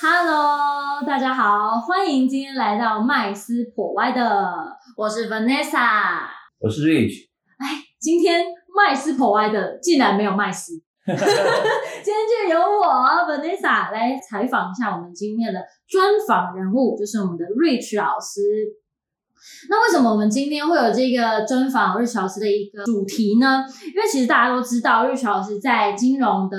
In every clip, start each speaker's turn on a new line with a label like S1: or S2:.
S1: Hello，大家好，欢迎今天来到麦斯破歪的，我是 Vanessa。
S2: 我是 Rich，
S1: 今天麦斯破歪的竟然没有麦斯，今天就由我 Vanessa 来采访一下我们今天的专访人物，就是我们的 Rich 老师。那为什么我们今天会有这个专访 Rich 老师的一个主题呢？因为其实大家都知道，Rich 老师在金融的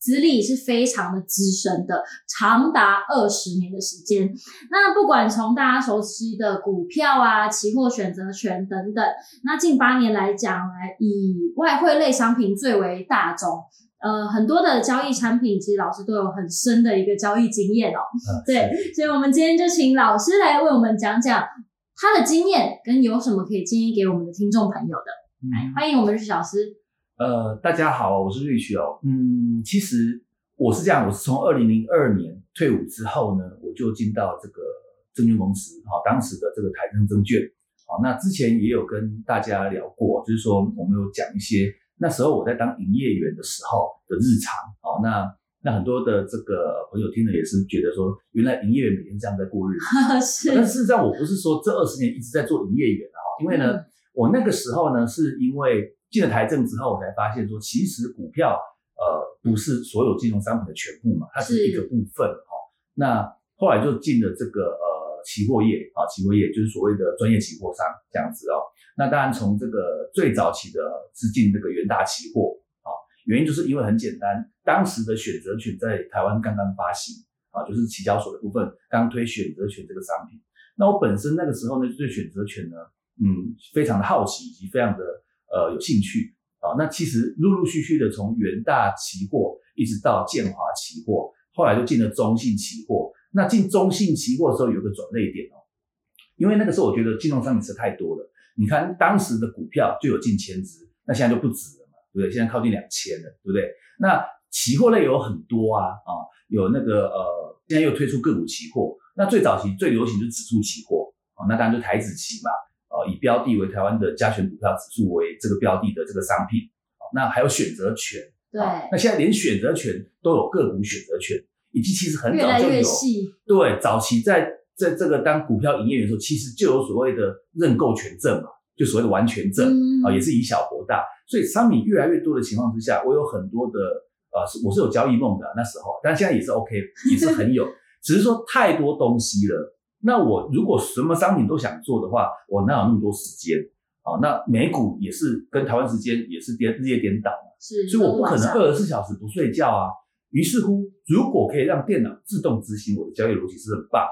S1: 资历是非常的资深的，长达二十年的时间。那不管从大家熟悉的股票啊、期货、选择权等等，那近八年来讲，来以外汇类商品最为大宗。呃，很多的交易产品，其实老师都有很深的一个交易经验哦。
S2: 嗯
S1: 对，所以我们今天就请老师来为我们讲讲他的经验，跟有什么可以建议给我们的听众朋友的。来，
S2: 嗯
S1: 哎欢迎我们日老师。
S2: 呃，大家好，我是 Rich 哦，嗯，其实我是这样，我是从二零零二年退伍之后呢，我就进到这个证券公司，好、当时的这个台证证券，好、那之前也有跟大家聊过，就是说我们有讲一些那时候我在当营业员的时候的日常，好、那。那很多的这个朋友听了也是觉得说，原来营业员每天这样在过日子，
S1: 是
S2: 但事实上，我不是说这二十年一直在做营业员啊，因为呢，我那个时候呢，是因为进了台政之后，我才发现说，其实股票呃不是所有金融商品的全部嘛，它只是一个部分哦。那后来就进了这个呃期货业啊，期货业就是所谓的专业期货商这样子哦。那当然从这个最早期的是进这个元大期货啊，原因就是因为很简单，当时的选择权在台湾刚刚发行啊，就是期交所的部分刚推选择权这个商品。那我本身那个时候呢，就对选择权呢，嗯，非常的好奇以及非常的呃有兴趣啊。那其实陆陆续续的从元大期货一直到建华期货，后来就进了中信期货。那进中信期货的时候有个转捩点哦，因为那个时候我觉得金融商品实在太多了。你看当时的股票就有近千只，那现在就不止了嘛，对不对？现在靠近两千了，对不对？那期货类有很多啊，啊，有那个呃，现在又推出个股期货。那最早期最流行就是指数期货啊，那当然就台指期嘛，啊，以标的为台湾的加权股票指数为这个标的的这个商品。啊那还有选择权，
S1: 对，
S2: 啊那现在连选择权都有个股选择权，以及其实很
S1: 越
S2: 早
S1: 来
S2: 就有
S1: 越细，
S2: 对，早期在在这个当股票营业员的时候，其实就有所谓的认购权证嘛，就所谓的完全证
S1: 嗯
S2: 啊、也是以小博大。所以商品越来越多的情况之下，我有很多的呃，是我是有交易梦的那时候，但现在也是 OK，也是很有，只是说太多东西了。那我如果什么商品都想做的话，我哪有那么多时间啊、那美股也是跟台湾时间也是颠日夜颠倒。
S1: 是，
S2: 所以我不可能
S1: 晚上
S2: 二十四小时不睡觉啊。于是乎，如果可以让电脑自动执行我的交易逻辑是很棒。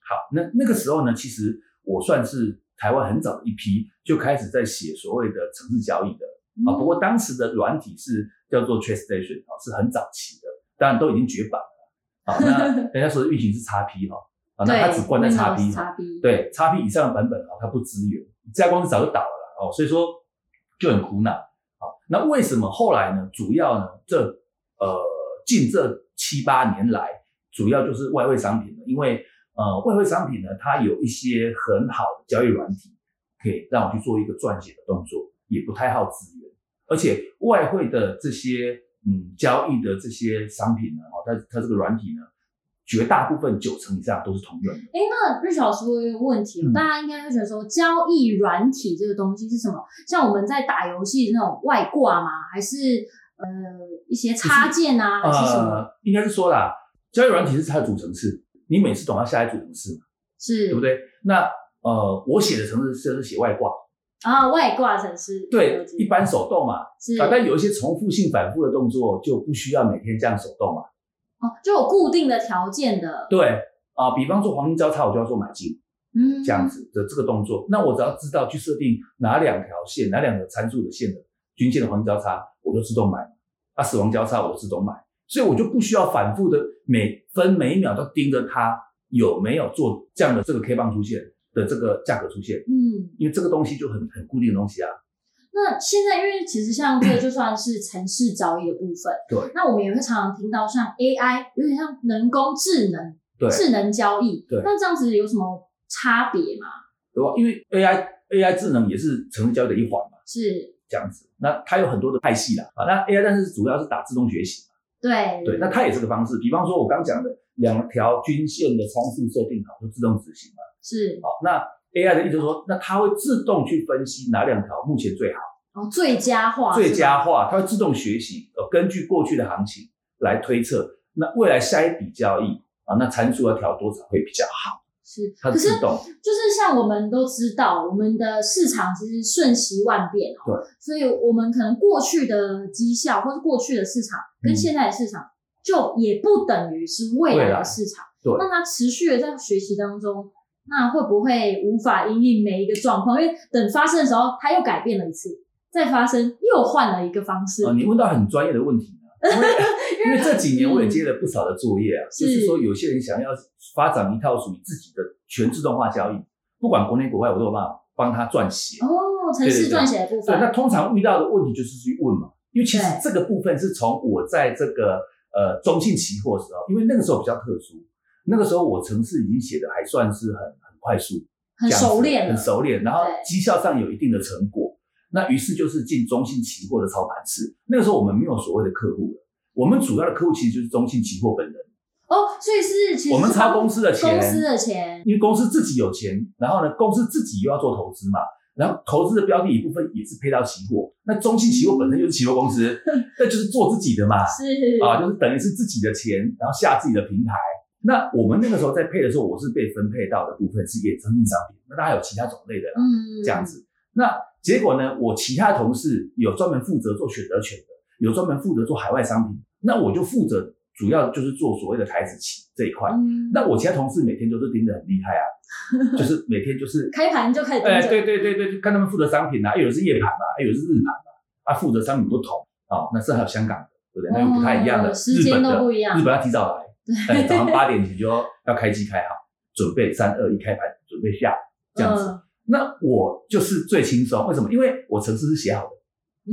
S2: 好，那那个时候呢，其实我算是台湾很早的一批就开始在写所谓的城市交易的啊。不
S1: 嗯
S2: 过当时的软体是叫做 TradeStation 啊，是很早期的，当然都已经绝版了。啊，那 人家说的运行是 XP 哈，啊，那它只灌在 XP 哈。
S1: 叉 B，，
S2: 对叉 P 以上的版本啊，它不支援，这家公司早就倒了啦哦，所以说就很苦恼啊。那为什么后来呢？主要呢，这呃近这七八年来，主要就是外汇商品了，因为呃外汇商品呢，它有一些很好的交易软体，可以让我去做一个撰写的动作，也不太耗资源，而且外汇的这些嗯交易的这些商品呢，哦，它它这个软体呢，绝大部分九成以上都是通用的。
S1: 哎，那瑞小说有一个问题哦，
S2: 嗯
S1: 大家应该会觉得说，交易软体这个东西是什么？像我们在打游戏那种外挂吗？还是呃一些插件啊，还是什么？
S2: 呃，应该是说啦，交易软体是它的主程式，你每次总要下一组程式嘛，
S1: 是
S2: 对不对？那呃，我写的程式就是写外挂，
S1: 啊，外挂程式，
S2: 对
S1: 了，解
S2: 一般手动嘛，
S1: 是
S2: 啊，但有一些重复性反复的动作就不需要每天这样手动嘛，
S1: 哦，就有固定的条件的，
S2: 对啊、比方说黄金交叉，我就要做买进
S1: 嗯，
S2: 这样子的这个动作，那我只要知道去设定哪两条线、哪两个参数的线的均线的黄金交叉，我就自动买，啊，死亡交叉我就自动买。所以我就不需要反复的每分每秒都盯着它有没有做这样的这个 K 棒出现的这个价格出现，
S1: 嗯。
S2: 因为这个东西就很很固定的东西啊。
S1: 那现在，因为其实像这个就算是城市交易的部分，
S2: 对。
S1: 那我们也会常常听到像 AI，有点像人工智能
S2: 对，
S1: 智能交易，
S2: 对
S1: 那这样子有什么差别吗？
S2: 对吧？因为 AI AI 智能也是城市交易的一环嘛，
S1: 是，
S2: 这样子。那它有很多的派系啦啊。那 AI 但是主要是打自动学习嘛，
S1: 对，
S2: 对，那它也是个方式。比方说我刚讲的，两条均线的参数设定好，就自动执行了。
S1: 是
S2: 好，那 AI 的意思是说，那它会自动去分析哪两条目前最好、
S1: 哦，最佳化，
S2: 最佳化，它会自动学习，呃，根据过去的行情来推测，那未来下一笔交易啊，那参数要调多少会比较好？
S1: 是吧
S2: 它
S1: 是，可是
S2: 自动。
S1: 就是像我们都知道，我们的市场其实瞬息万变哦。
S2: 对，
S1: 所以我们可能过去的绩效或是过去的市场跟
S2: 嗯
S1: 现在的市场，就也不等于是未来
S2: 未
S1: 的
S2: 来
S1: 市场。
S2: 对
S1: 那它持续的在学习当中，那会不会无法因应每一个状况？因为等发生的时候，它又改变了一次，再发生又换了一个方式。
S2: 啊，你问到很专业的问题 呢，因为因为这几年我也接了不少的作业啊，
S1: 是
S2: 就是说有些人想要发展一套属于自己的全自动化交易，不管国内国外，我都有办法帮他撰写。
S1: 哦，城市撰写的部
S2: 对，
S1: 分
S2: 那通常遇到的问题就是去问嘛，因为其实
S1: 对
S2: 这个部分是从我在这个呃中信期货的时候，因为那个时候比较特殊，那个时候我程式已经写的还算是很很快速，
S1: 很
S2: 这样子
S1: 熟练了
S2: 很。熟练，然后
S1: 对
S2: 绩效上有一定的成果。那于是就是进中信期货的操盘室。那个时候我们没有所谓的客户了，我们主要的客户其实就是中信期货本人。
S1: 哦，所以是其实
S2: 我们
S1: 是
S2: 超
S1: 帮
S2: 公司的
S1: 公
S2: 钱，
S1: 司的钱
S2: 因为公司自己有钱，然后呢，公司自己又要做投资嘛，然后投资的标的一部分也是配到期货。那中信期货本身就是期货公 司，那就是做自己的嘛，
S1: 是
S2: 啊，就是等于是自己的钱，然后下自己的平台。那我们那个时候在配的时候，我是被分配到的部分是衍生性商品，那当然有其他种类的啦。
S1: 嗯
S2: 这样子。那结果呢，我其他同事有专门负责做选择权的，有专门负责做海外商品，那我就负责主要就是做所谓的台子期这一块。
S1: 嗯
S2: 那我其他同事每天都是盯得很厉害啊， 就是每天就是，
S1: 开盘就开始盯
S2: 哎、
S1: 着
S2: 对对对对，就看他们负责商品啊，有的是夜盘嘛、啊，有的是日盘嘛、啊，负责商品不同啊、哦，那是还有香港的，对不对？那又不太一样的，
S1: 哦时间
S2: 日本
S1: 都
S2: 的
S1: 不一样
S2: 日本要提早来，哎早上八点你就要要开机开好，准备三二一开盘，准备下这样子。那我就是最轻松，为什么？因为我程式是写好的，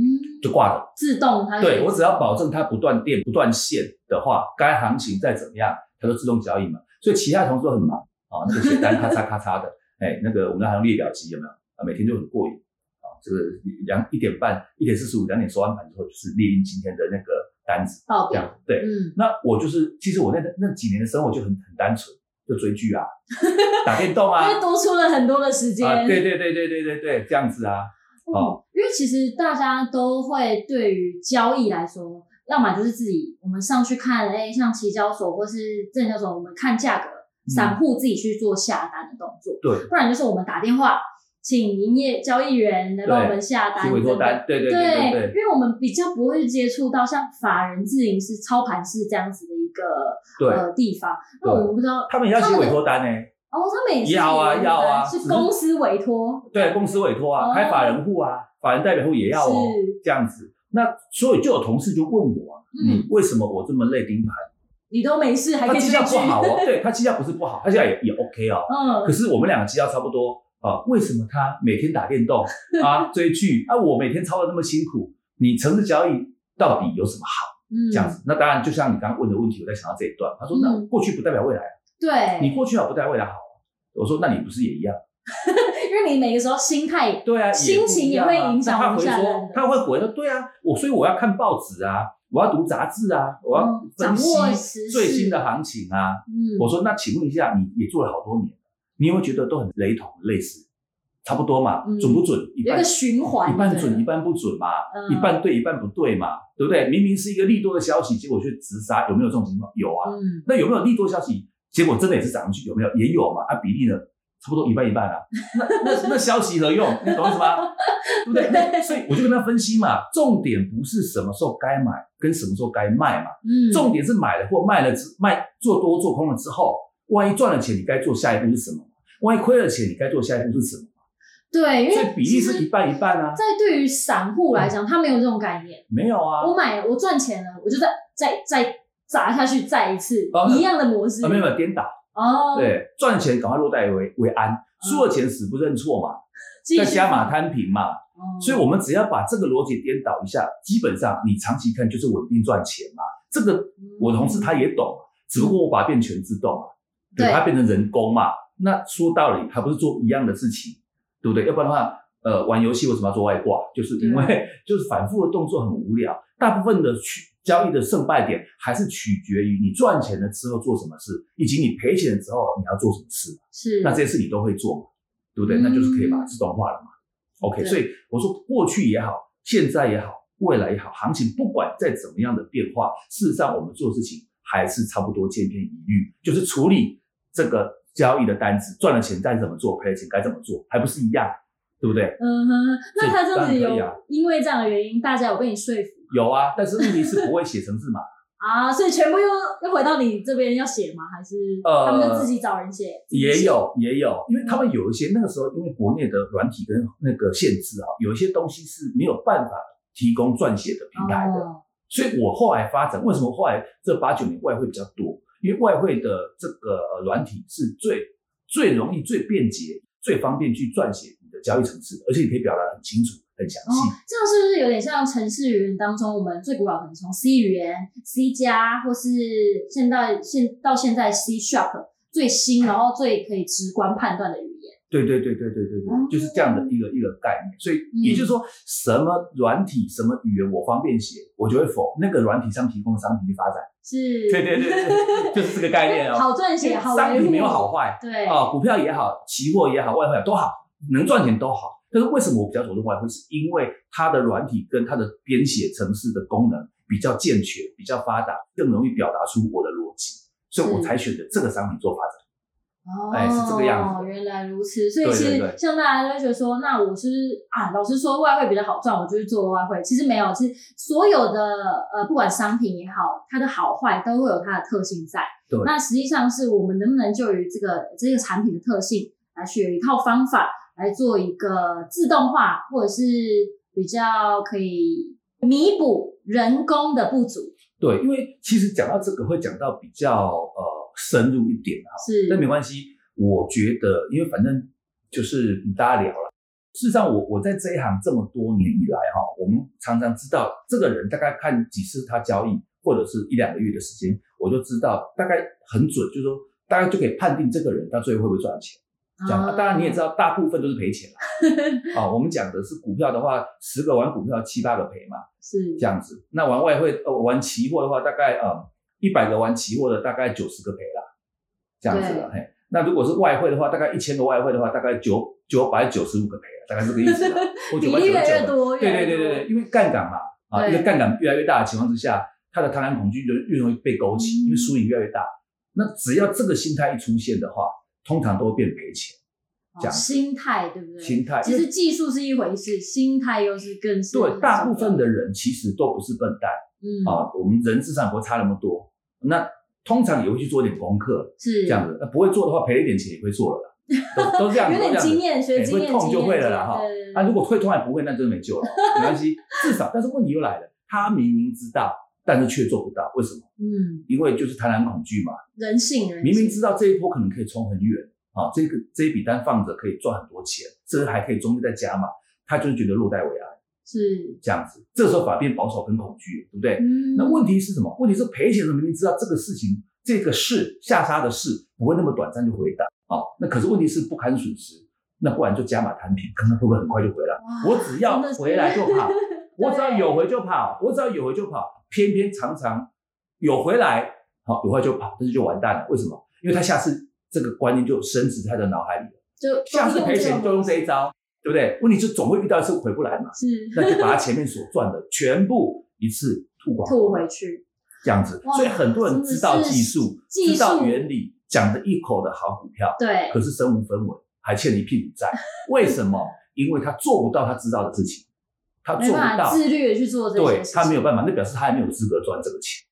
S1: 嗯，嗯
S2: 就挂了。
S1: 自动它
S2: 对我只要保证它不断电、不断线的话，该行情再怎么样，它就自动交易嘛。所以其他同事都很忙啊、那个写单咔嚓咔嚓的，哎，那个我们还用列表机有没有？啊，每天就很过瘾啊、这个两一点半、一点四十五、两点收完盘之后，就是列印今天的那个单子，
S1: 报
S2: 这
S1: 表，
S2: 样对。
S1: 嗯，
S2: 那我就是，其实我那那几年的生活就很很单纯，就追剧啊，打 电动啊
S1: 因，为多出了很多的时间，
S2: 啊，对对对对对对对，这样子啊。
S1: 哦
S2: 哦，
S1: 因为其实大家都会对于交易来说，要么就是自己我们上去看，哎，像期交所或是证交所，我们看价格，散户自己去做下单的动作，
S2: 嗯对，
S1: 不然就是我们打电话请营业交易员来帮我们下单
S2: 去委托
S1: 等等
S2: 单，对对
S1: 对
S2: 对对对
S1: 因为我们比较不会接触到像法人自营是操盘式这样子的一个
S2: 对，
S1: 呃地方，那我们不知道
S2: 他们也要写委托单呢，
S1: 哦，他们也是
S2: 要啊
S1: 有
S2: 要啊
S1: 对
S2: 只
S1: 是
S2: 是
S1: 公司委托，
S2: 对，公司委托
S1: 哦
S2: 啊，开法人户啊，法人代表户也要哦
S1: 是，
S2: 这样子。那所以就有同事就问我啊，
S1: 嗯
S2: 你为什么我这么累盯盘？
S1: 你都没事还
S2: 他
S1: 可以
S2: 绩
S1: 继续
S2: 效不好哦，对他绩效不是不好，他绩效也也 OK 哦。
S1: 嗯，
S2: 可是我们两个绩效差不多啊，为什么他每天打电动 啊追剧啊，我每天操的那么辛苦，你城市交易到底有什么好？
S1: 嗯，
S2: 这样子，那当然就像你刚刚问的问题，我在想到这一段，他说
S1: 嗯
S2: 那过去不代表未来。
S1: 对，
S2: 你过去好不代表未来好。哦我说那你不是也一样？
S1: 因为你每个时候心态
S2: 对啊，
S1: 心情也
S2: 不一样啊
S1: 会影响我
S2: 那他
S1: 们
S2: 回
S1: 下单
S2: 说
S1: 的，
S2: 他会回说，对啊，我所以我要看报纸啊，我要读杂志啊，我要
S1: 嗯掌
S2: 分
S1: 握
S2: 析
S1: 时事
S2: 最新的行情啊。
S1: 嗯，
S2: 我说那请问一下，你也做了好多年，你有没有觉得都很雷同、类似，差不多嘛
S1: 嗯？
S2: 准不准？一
S1: 有一
S2: 半
S1: 个循环，
S2: 一半准，
S1: 对
S2: 一半不准嘛，
S1: 嗯
S2: 一半对，一半不对嘛，对不对？明明是一个利多的消息，结果却直杀，有没有这种情况？有啊。
S1: 嗯，
S2: 那有没有利多消息？结果真的也是涨上去，有没有？也有嘛，啊，比例呢，差不多一半一半啊。那那那消息何用？你懂我意 思吗？对不对？那所以我就跟他分析嘛，重点不是什么时候该买跟什么时候该卖嘛，
S1: 嗯，
S2: 重点是买了或卖了之卖做多做空了之后，万一赚了钱，你该做下一步是什么？万一亏了钱，你该做下一步是什么？
S1: 对，因
S2: 所
S1: 为
S2: 以比例
S1: 哎
S2: 是
S1: 其
S2: 一
S1: 实
S2: 半一半啊，
S1: 在对于散户来讲，他没有这种概念。
S2: 没有啊，
S1: 我买，我赚钱了，我就再再再砸下去，再一次
S2: 哦
S1: 一样的模式。
S2: 啊，没有没有颠倒，
S1: 哦，，
S2: 对，赚钱赶快落袋为为安，输了钱死不认错嘛，
S1: 继续
S2: 再加码摊平嘛，
S1: 哦
S2: 所以，我们只要把这个逻辑颠倒一下，基本上你长期看就是稳定赚钱嘛。这个
S1: 嗯
S2: 我同事他也懂，只不过我把它变全自动嘛，
S1: 对
S2: 它变成人工嘛。那说道理，还不是做一样的事情，对不对？要不然的话， 呃，玩游戏为什么要做外挂？就是因为就是反复的动作很无聊。大部分的去交易的胜败点还是取决于你赚钱了之后做什么事，以及你赔钱了之后你要做什么事。
S1: 是
S2: 那这些事你都会做嘛，对不对？
S1: 嗯
S2: 那就是可以把它自动化了嘛。OK，
S1: 对
S2: 所以我说过去也好，现在也好，未来也好，行情不管再怎么样的变化，事实上我们做事情还是差不多千篇一律，就是处理这个交易的单子，赚了钱该怎么做，赔了钱该怎么做，还不是一样，对不对？
S1: 嗯哼，那他这样子
S2: 这当然
S1: 有
S2: 可以啊
S1: 因为这样的原因，大家有被你说服
S2: 有啊，但是问题是不会写成字嘛，
S1: 啊？所以全部又又回到你这边要写吗？还是
S2: 呃
S1: 他们就自己找人写？自己
S2: 也
S1: 写，哦
S2: 有也有，因为他们有一些那个时候因为国内的软体跟那个限制啊，有一些东西是没有办法提供撰写的平台的。
S1: 哦
S2: 所以我后来发展，为什么后来这八九年外汇比较多？因为外汇的这个呃软体是最最容易、最便捷、最方便去撰写你的交易程式的，而且你可以表达得很清楚、很详
S1: 哦
S2: 细。，
S1: 这样是不是有点像城市语言当中，我们最古老可能从 C 语言、C 加，或是现在现到现在 C sharp 最新，然后最可以直观判断的语言。
S2: 对对对对对对对，
S1: 哦
S2: 就是这样的一个一个概念。所以
S1: 嗯
S2: 也就是说，什么软体、什么语言我方便写，我就会否那个软体上提供的商品去发展。
S1: 是，
S2: 对对对对，就是这个概念哦。
S1: 好赚
S2: 因
S1: 钱，
S2: 为
S1: 好
S2: 商
S1: 维护，
S2: 品没有好坏，
S1: 对，
S2: 啊、股票也好，期货也好，外汇也好都好，能赚钱都好。但是为什么我比较着重外汇？是因为它的软体跟它的编写程式的功能比较健全，比较发达，更容易表达出我的逻辑，所
S1: 嗯
S2: 以我才选择这个商品做发展。
S1: 哦，
S2: 哎是这个样
S1: 原来如此，所以
S2: 对
S1: 其
S2: 对
S1: 实
S2: 对
S1: 像大家都会觉得说，那我是不是啊，老师说外汇比较好赚，我就去做外汇。其实没有，是所有的呃，不管商品也好，它的好坏都会有它的特性在。
S2: 对
S1: 那实际上是我们能不能就于这个这个产品的特性来选一套方法来做一个自动化，或者是比较可以弥补人工的不足，
S2: 对，因为其实讲到这个会讲到比较呃深入一点啊，
S1: 是
S2: 但没关系，我觉得因为反正就是大家聊了。事实上我，我在这一行这么多年以来哈，我们常常知道这个人大概看几次他交易，或者是一两个月的时间，我就知道大概很准，就是说大概就可以判定这个人他最后会不会赚钱。这样，
S1: 哦
S2: 啊当然你也知
S1: 道，
S2: 道，大部分都是赔钱啦。啊，我们讲的是股票的话，十个玩股票七八个赔嘛，
S1: 是
S2: 这样子。那玩外汇呃玩期货的话，大概呃一百个玩期货的大概九十个赔啦，这样子的嘿。那如果是外汇的话，大概一千个外汇的话，大概九九百九十五个赔了，大概这个意思 啦。或
S1: 比
S2: 九百九
S1: 例
S2: 十
S1: 越来越
S2: 九。
S1: 多，
S2: 对
S1: 越来越
S2: 对对对
S1: 多
S2: 对，因为杠杆嘛，啊，
S1: 对
S2: 一个杠杆越来越大的情况之下，他的贪婪恐惧就越容易被勾起，
S1: 嗯
S2: 因为输赢越来越大。那只要这个心态一出现的话，通常都会变赔钱。
S1: 哦
S2: 这样
S1: 心态对不对？
S2: 心态
S1: 其实技术是一回事，心态又是更是啊
S2: 对，大部分的人其实都不是笨蛋。
S1: 嗯、
S2: 啊，我们人智商不会差那么多。那通常也会去做一点功课，
S1: 是
S2: 这样子。那不会做的话，赔一点钱也会做了啦，都都这样，
S1: 有
S2: 都这
S1: 点
S2: 样
S1: 经
S2: 子。
S1: 验，学
S2: 哎
S1: 经验、
S2: 会痛就
S1: 经验
S2: 会了啦哈
S1: 经验对对
S2: 啊，
S1: 对
S2: 如果退通还不会，那真的没救了，没关系。至少，但是问题又来了，他明明知道，但是却做不到，为什么？
S1: 嗯，
S2: 因为就是贪婪恐惧嘛，
S1: 人性人性
S2: 明明知道这一波可能可以冲很远啊，这个这一笔单放着可以赚很多钱，甚至还可以中间再加码，他就是觉得落袋为安
S1: 是，
S2: 这样子，这时候反而变保守跟恐惧了，对不对？
S1: 嗯
S2: 那问题是什么？问题是赔钱的明明知道这个事情，这个事下杀的事不会那么短暂就回档啊、哦。那可是问题是不堪损失，那不然就加码摊平，看看会不会很快就回来。
S1: 哇
S2: 我只要
S1: 啊真的是
S2: 回来就 跑，我只要有回就跑，我只要有回就跑，偏偏常常有回来，好、有回就跑，但是就完蛋了。为什么？因为他下次这个观念就深植在他的脑海里了，
S1: 就
S2: 下次赔钱就用这
S1: 一
S2: 一招，对不对？问题是总会遇到一次回不来嘛，
S1: 是
S2: 那就把他前面所赚的全部一次吐光光。
S1: 吐回去，
S2: 这样子
S1: 哇，
S2: 所以很多人知道技术、
S1: 真的是技术
S2: 知道原理，讲的一口的好股票，
S1: 对
S2: 可是身无分文，还欠了一屁股 债。为什么？因为他做不到他知道的事情，他
S1: 没
S2: 做不
S1: 办法
S2: 到，
S1: 自律的去做这
S2: 对
S1: 些事情，
S2: 他没有办法，那表示他还没有资格赚这个钱，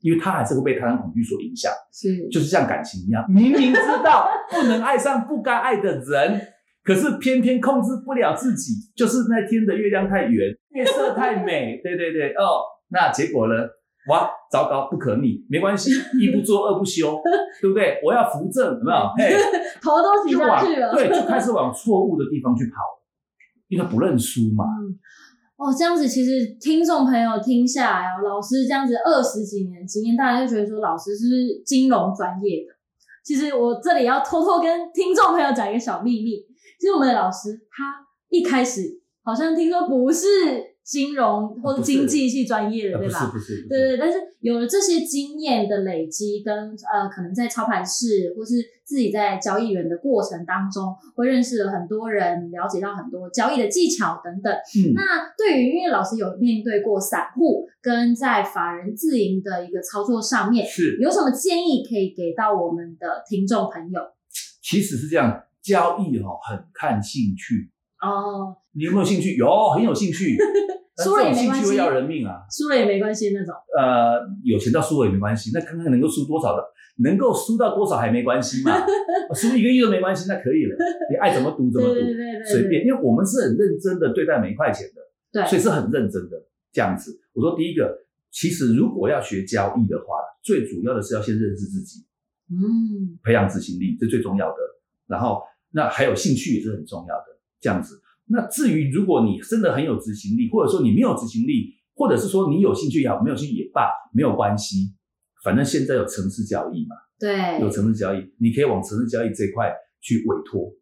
S2: 因为他还是会被贪婪恐惧所影响，
S1: 是
S2: 就是像感情一样，明明知道不能爱上不该爱的 人。可是偏偏控制不了自己，就是那天的月亮太圆，月色太 美，对对对，哦，那结果呢？哇，糟糕，不可逆，没关系， 一不做二不休，对不对？我要扶正，有没有？嘿，
S1: 头都洗
S2: 就
S1: 下
S2: 往
S1: 去了，
S2: 对，就开始往错误的地方去跑，因为他不认输嘛。
S1: 嗯，哦，这样子其实听众朋友听下来哦，老师这样子二十几年的经验，大家就觉得说老师是不是金融专业的？其实我这里要偷偷跟听众朋友讲一个小秘密，其实我们的老师他一开始好像听说不是金融或者
S2: 啊不是
S1: 经济系专业的，
S2: 呃
S1: 对
S2: 不是
S1: 吧？
S2: 不是，不是
S1: 对对，对但是有了这些经验的累积，跟呃，可能在操盘室或是自己在交易员的过程当中，会认识了很多人，了解到很多交易的技巧等等。
S2: 嗯，
S1: 那对于因为老师有面对过散户跟在法人自营的一个操作上面，
S2: 是
S1: 有什么建议可以给到我们的听众朋友？
S2: 其实是这样，交易哦很看兴趣，
S1: 哦，。
S2: 你有没有兴趣？有，很有兴趣 但
S1: 输了也
S2: 这种
S1: 没关
S2: 兴趣会
S1: 系
S2: 要人命啊！
S1: 输了也没关系那种。
S2: 呃，有钱到输了也没关系，那看看能够输多少的，能够输到多少还没关 系嘛，输一个亿都没关系，那可以了，你爱怎么赌怎
S1: 对
S2: 么
S1: 对
S2: 赌
S1: 对，对对，
S2: 随便，因为我们是很认真的对待每一块钱的。
S1: 对，
S2: 所以是很认真的这样子。我说第一个，其实如果要学交易的话，最主要的是要先认识自己，
S1: 嗯，
S2: 培养执行力，这最重要的。然后那还有兴趣也是很重要的，这样子。那至于如果你真的很有执行力，或者说你没有执行力，或者是说你有兴趣也好，没有兴趣也罢，没有关系，反正现在有城市交易嘛，
S1: 对，
S2: 有城市交易，你可以往城市交易这一块去委托，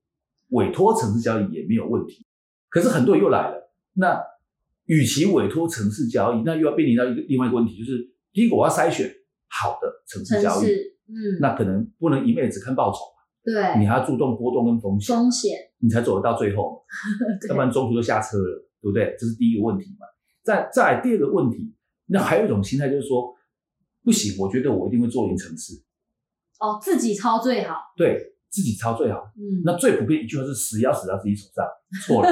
S2: 委托城市交易也没有问题。可是很多人又来了，那与其委托城市交易，那又要面临到一个另外一个问题，就是第一个我要筛选好的城市
S1: 城
S2: 交易，
S1: 市，嗯，
S2: 那可能不能一味只看报酬，你
S1: 对
S2: 还要注重波动跟风险，
S1: 风险，
S2: 你才走得到最后嘛。
S1: 对
S2: 要不然中途就下车了，对不对？这是第一个问题嘛。再再来第二个问题，那还有一种心态就是说，不行，我觉得我一定会做赢城市，
S1: 哦，自己操最好，
S2: 对自己操最好。
S1: 嗯，
S2: 那最普遍一句话是死要死到自己手上，错 了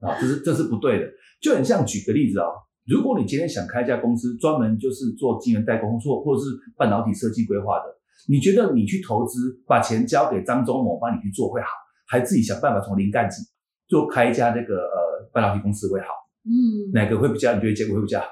S2: 啊，这是这是不对的。就很像举个例子哦，如果你今天想开一家公司，专门就是做晶圆代工或或者是半导体设计规划的，你觉得你去投资，把钱交给张忠谋帮你去做会好，还自己想办法从零干起，做开一家那个呃半导体公司会好？
S1: 嗯，
S2: 哪个会比较？你觉得结果会比较好？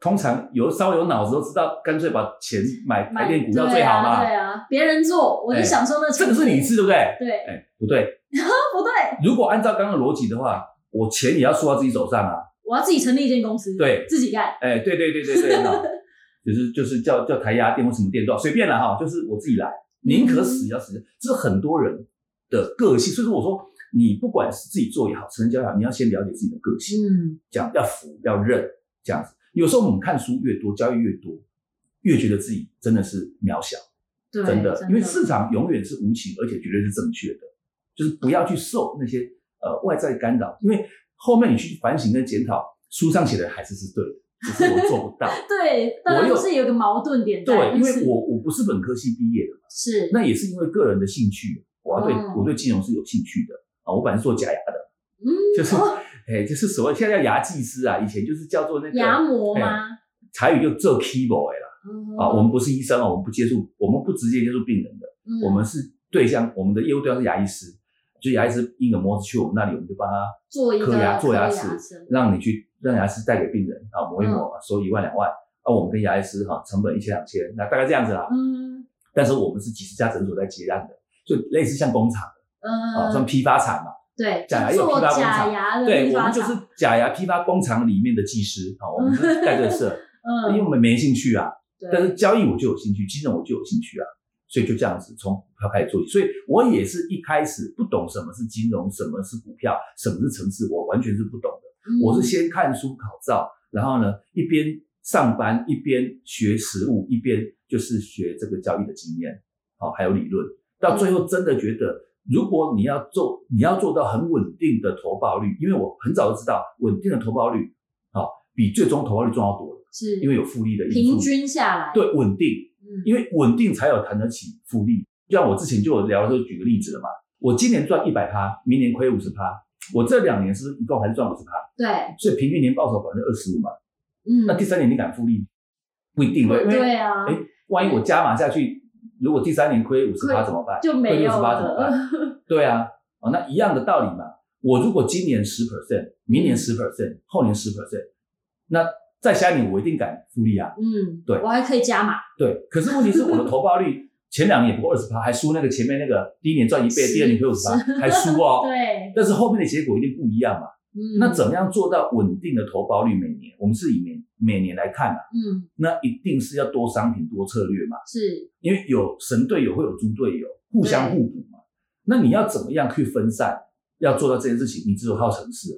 S2: 通常有稍微有脑子都知道，干脆把钱买
S1: 买
S2: 台电股票最好嘛。
S1: 对啊，对啊别人做，我就
S2: 哎
S1: 享受那成
S2: 这个是
S1: 果
S2: 理，智，对不对？
S1: 对，哦
S2: 哎，不对，
S1: 不对，
S2: 如果按照刚刚的逻辑的话，我钱也要输到自己手上啊。
S1: 我要自己成立一间公司，
S2: 对
S1: 自己干，
S2: 哎，对对对对对，哈，就是就是叫叫台压店或什么店都好随便了哈，就是我自己来，宁可死也要死。这是很多人的个性，所以说我说你不管是自己做也好，成人交也好，你要先了解自己的个性，
S1: 嗯，
S2: 这样要服要认这样子。有时候我们看书越多，交易越多，越觉得自己真的是渺小。
S1: 对，
S2: 真的，因为市场永远是无情，而且绝对是正确的，就是不要去受那些呃外在干扰，因为后面你去反省跟检讨，书上写的还是是对的，只是我做不到。
S1: 对，当然
S2: 我有
S1: 是有个矛盾点在，
S2: 对，因
S1: 是
S2: 为我我不是本科系毕业的嘛，
S1: 是
S2: 那也是因为个人的兴趣，我要对、
S1: 哦
S2: 我对金融是有兴趣的啊，我本来是做假牙
S1: 嗯，
S2: 的，就是
S1: 哦
S2: 哎、就是所谓现在叫牙技师啊，以前就是叫做那
S1: 牙
S2: 个
S1: 膜吗？
S2: 才语就做 keyboard 啦、哎啊，
S1: 嗯
S2: 我们不是医生哦，我们不接触，我们不直接接触病人的。
S1: 们
S2: 我们是对象，我们的业务对象是牙医师，就牙医师因耳膜子去我们那里，我们就帮他
S1: 做一个
S2: 颗牙做牙
S1: 颗
S2: 齿
S1: 齿
S2: 让你去让牙师带给病人啊磨一磨，
S1: 嗯
S2: 收一万两万啊，我们跟牙医师哈、成本一千两千，那大概这样子啦。
S1: 嗯
S2: 但是我们是几十家诊所在结案的，就类似像工厂啊，算
S1: 嗯，
S2: 批发厂嘛。
S1: 对，
S2: 假牙
S1: 就
S2: 有批
S1: 做
S2: 发工
S1: 假
S2: 厂
S1: 牙的
S2: 对，
S1: 批
S2: 我
S1: 发
S2: 们就
S1: 厂
S2: 是假牙批发工厂里面的技师啊，我们就是干这个事， 因为
S1: 嗯，
S2: 我们没兴趣啊。
S1: 对
S2: 但是交易我就有兴趣，金融我就有兴趣啊，所以就这样子从股票开始做起。所以我也是一开始不懂什么是金融，什么是股票，什么是城市，我完全是不懂
S1: 嗯
S2: 的。我是先看书考照，然后呢一边上班一边学实务，一边就是学这个交易的经验，好、还有理论。到最
S1: 嗯
S2: 后真的觉得，如果你要做，你要做到很稳定的投报率，因为我很早就知道稳定的投报率，好、比最终投报率重要多了，
S1: 是
S2: 因为有复利的因素。
S1: 平均下来，
S2: 对稳定，
S1: 嗯，
S2: 因为稳定才有谈得起复利。就像我之前就有聊的时候举个例子了嘛，我今年赚一百趴，明年亏五十趴，我这两年是不是一共还是赚五十趴，
S1: 对，
S2: 所以平均年报酬百分之二十五嘛。
S1: 嗯，
S2: 那第三年你敢复利？不一定对，因为
S1: 对啊，
S2: 哎，万一我加码下去，如果第三年亏五十趴怎么办？
S1: 就没有
S2: 亏68怎么办
S1: 了，
S2: 对啊，哦，那一样的道理嘛。我如果今年十 percent，明年十 percent，后年十 percent，那再下一年我一定敢复利啊。
S1: 嗯，
S2: 对
S1: 我还可以加码，
S2: 对，可是问题是我的投报率前两年也不过二十趴，还输那个前面那个第一年赚一倍，
S1: 是
S2: 第二年亏五十趴，还输哦。
S1: 对，
S2: 但是后面的结果一定不一样嘛。
S1: 嗯，
S2: 那怎么样做到稳定的投报率每年？我们是以每每年来看嘛，
S1: 嗯
S2: 那一定是要多商品多策略嘛，
S1: 是
S2: 因为有神队友会有猪队友，互相互补嘛。那你要怎么样去分散？要做到这件事情，你只有靠城市，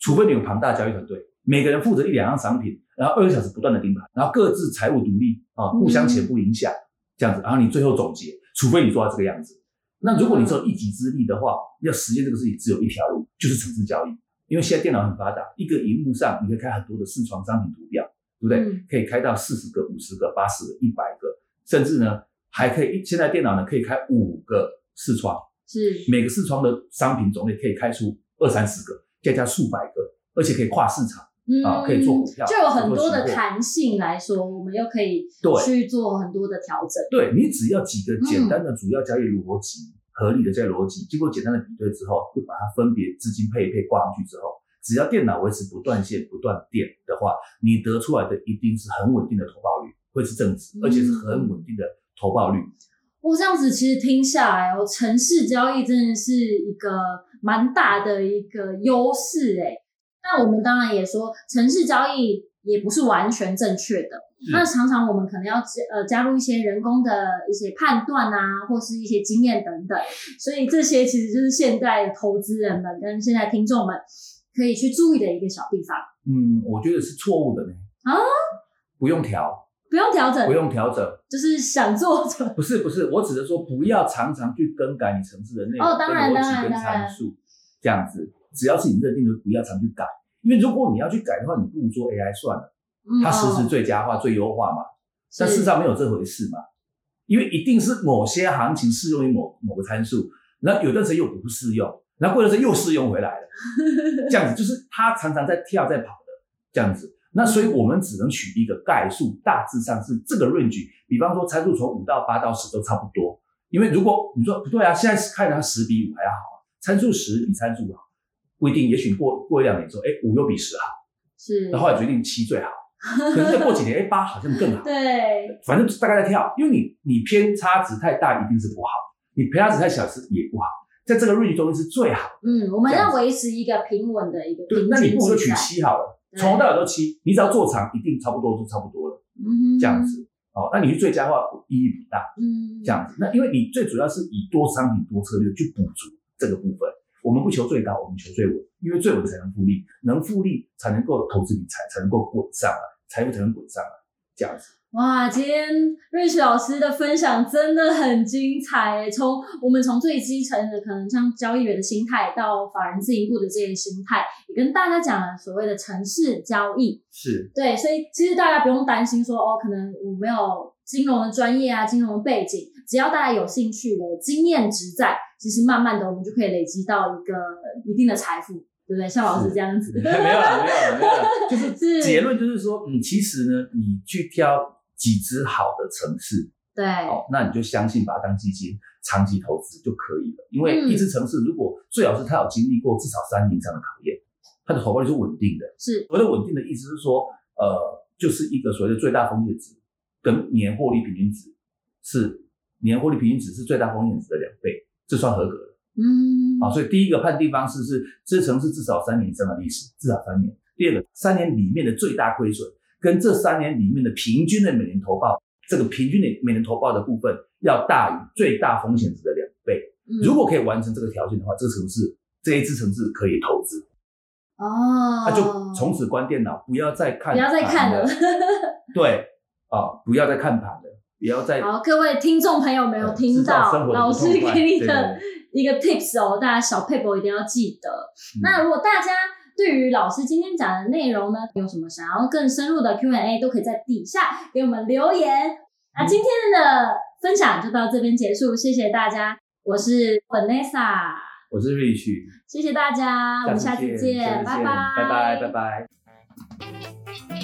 S2: 除非你有庞大交易团队，每个人负责一两样商品，然后二十小时不断的盯盘，然后各自财务独立啊，互相且不影响，这样子，然后你最后总结，除非你做到这个样子。那如果你只有一己之力的话，要实现这个事情只有一条路，就是城市交易。因为现在电脑很发达，一个荧幕上你可以开很多的视窗商品图表，对不对？
S1: 嗯
S2: 可以开到四十个、五十个、八十个、一百个，甚至呢还可以，现在电脑呢可以开五个视窗，
S1: 是
S2: 每个视窗的商品种类可以开出二三十个，再加数百个，而且可以跨市场。
S1: 嗯
S2: 啊可以做股票
S1: 就有很
S2: 可以
S1: 多
S2: 做期
S1: 的
S2: 货
S1: 弹性来说，我们又可以
S2: 对
S1: 去做很多的调整。
S2: 对你只要几个简单的主要交易逻辑、合理的交易逻辑，经过简单的比对之后，就把它分别资金配一配挂上去之后，只要电脑维持不断线、不断电的话，你得出来的一定是很稳定的投报率，会是正值
S1: 嗯，
S2: 而且是很稳定的投报率。
S1: 我这样子其实听下来哦，城市交易真的是一个蛮大的一个优势哎。那我们当然也说，城市交易也不是完全正确的。
S2: 是
S1: 那常常我们可能要呃加入一些人工的一些判断啊，或是一些经验等等。所以这些其实就是现代投资人们跟现在听众们可以去注意的一个小地方，
S2: 嗯，我觉得是错误的呢。
S1: 啊，
S2: 不用调，
S1: 不用调整
S2: 不，用调整，
S1: 就是想做就
S2: 不是不是，我只是说不要常常去更改你城市的内容、
S1: 哦当然
S2: 跟
S1: 当
S2: 逻
S1: 然
S2: 辑、跟
S1: 当然
S2: 参数这样子。只要是你认定的，不要常去改，因为如果你要去改的话，你不如做 AI 算了，
S1: 嗯
S2: 它实时
S1: 哦
S2: 最佳化、最优化嘛。
S1: 是
S2: 但事实上没有这回事嘛，因为一定是某些行情适用于某某个参数，那有段时间又不适用，然后过段时间又适用回来了，这样子就是它常常在跳在跑的这样子。那所以我们只能取一个概述，大致上是这个 range。比方说参数从五到八到十都差不多，因为如果你说不对啊，现在是看它十比五还要好，啊参数十比参数好，不一定。也许过过一两年之后，哎，五又比十好，
S1: 是
S2: 然后后来决定七最好，可是再过几年，哎，八好像更好。
S1: 对
S2: 反正大概在跳，因为你你偏差值太大一定是不好，你偏差值太小是也不好，在这个 range 中间是最好的。
S1: 嗯，我们
S2: 这样
S1: 要
S2: 子
S1: 维持一个平稳的一个
S2: 对
S1: 平，
S2: 那你
S1: 均
S2: 不如就
S1: 值
S2: 取
S1: 在，
S2: 七好了，
S1: 对
S2: 从头到尾都七，你只要做长一定差不多就差不多了，
S1: 嗯哼
S2: 这样，子。哦，那你去最佳化意义不大，
S1: 嗯，
S2: 这样子。那因为你最主要是以多商品多策略去补足这个部分。我们不求最高，我们求最稳，因为最稳才能复利，能复利才能够投资理财，才能够滚上来，财富才能滚上来，这样子。
S1: 哇，今天瑞雪老师的分享真的很精彩耶，从我们从最基层的可能像交易员的心态，到法人自营部的这些心态，也跟大家讲了所谓的城市交易。
S2: 是
S1: 对，所以其实大家不用担心说哦，可能我没有金融的专业啊，金融的背景，只要大家有兴趣的经验值在，其实慢慢的我们就可以累积到一个一定的财富，对不对？像老师
S2: 是
S1: 这样子，
S2: 没有了，没有了，没有了，就是
S1: 是
S2: 结论就是说，嗯，其实呢，你去挑几只好的城市，
S1: 对，
S2: 哦，那你就相信把它当基金长期投资就可以了。因为
S1: 嗯
S2: 一只城市如果最好是它有经历过至少三年以上的考验，它的投报率是稳定的。
S1: 是，
S2: 所谓的稳定的意思是说，呃，就是一个所谓的最大风险值跟年获利平均值是年获利平均值是最大风险值的两倍，这算合格的。
S1: 嗯，
S2: 啊，所以第一个判定方式是这城市至少三年以上的历史，至少三年。第二个，三年里面的最大亏损跟这三年里面的平均的每年投报，这个平均的每年投报的部分要大于最大风险值的两倍。
S1: 嗯
S2: 如果可以完成这个条件的话，这个城市这一支城市可以投资，
S1: 哦，
S2: 那啊就从此关电脑，不要再看，啊
S1: 不要再看了。
S2: 对，啊，不要再看盘了，不要 再
S1: 好，各位听众朋友没有
S2: 呃
S1: 哎听
S2: 制造
S1: 到
S2: 生活的
S1: 老
S2: 不
S1: 师
S2: 痛快
S1: 给你
S2: 对
S1: 的
S2: 对
S1: 一个 tips 哦，大家小 paper 一定要记得。
S2: 嗯
S1: 那如果大家对于老师今天讲的内容呢，有什么想要更深入的 Q&A，都可以在底下给我们留言。那今天的分享就到这边结束，谢谢大家，我是 Vanessa，
S2: 我是瑞旭，
S1: 谢谢大家，我们下次
S2: 下次见，
S1: 见，拜
S2: 拜拜，拜拜。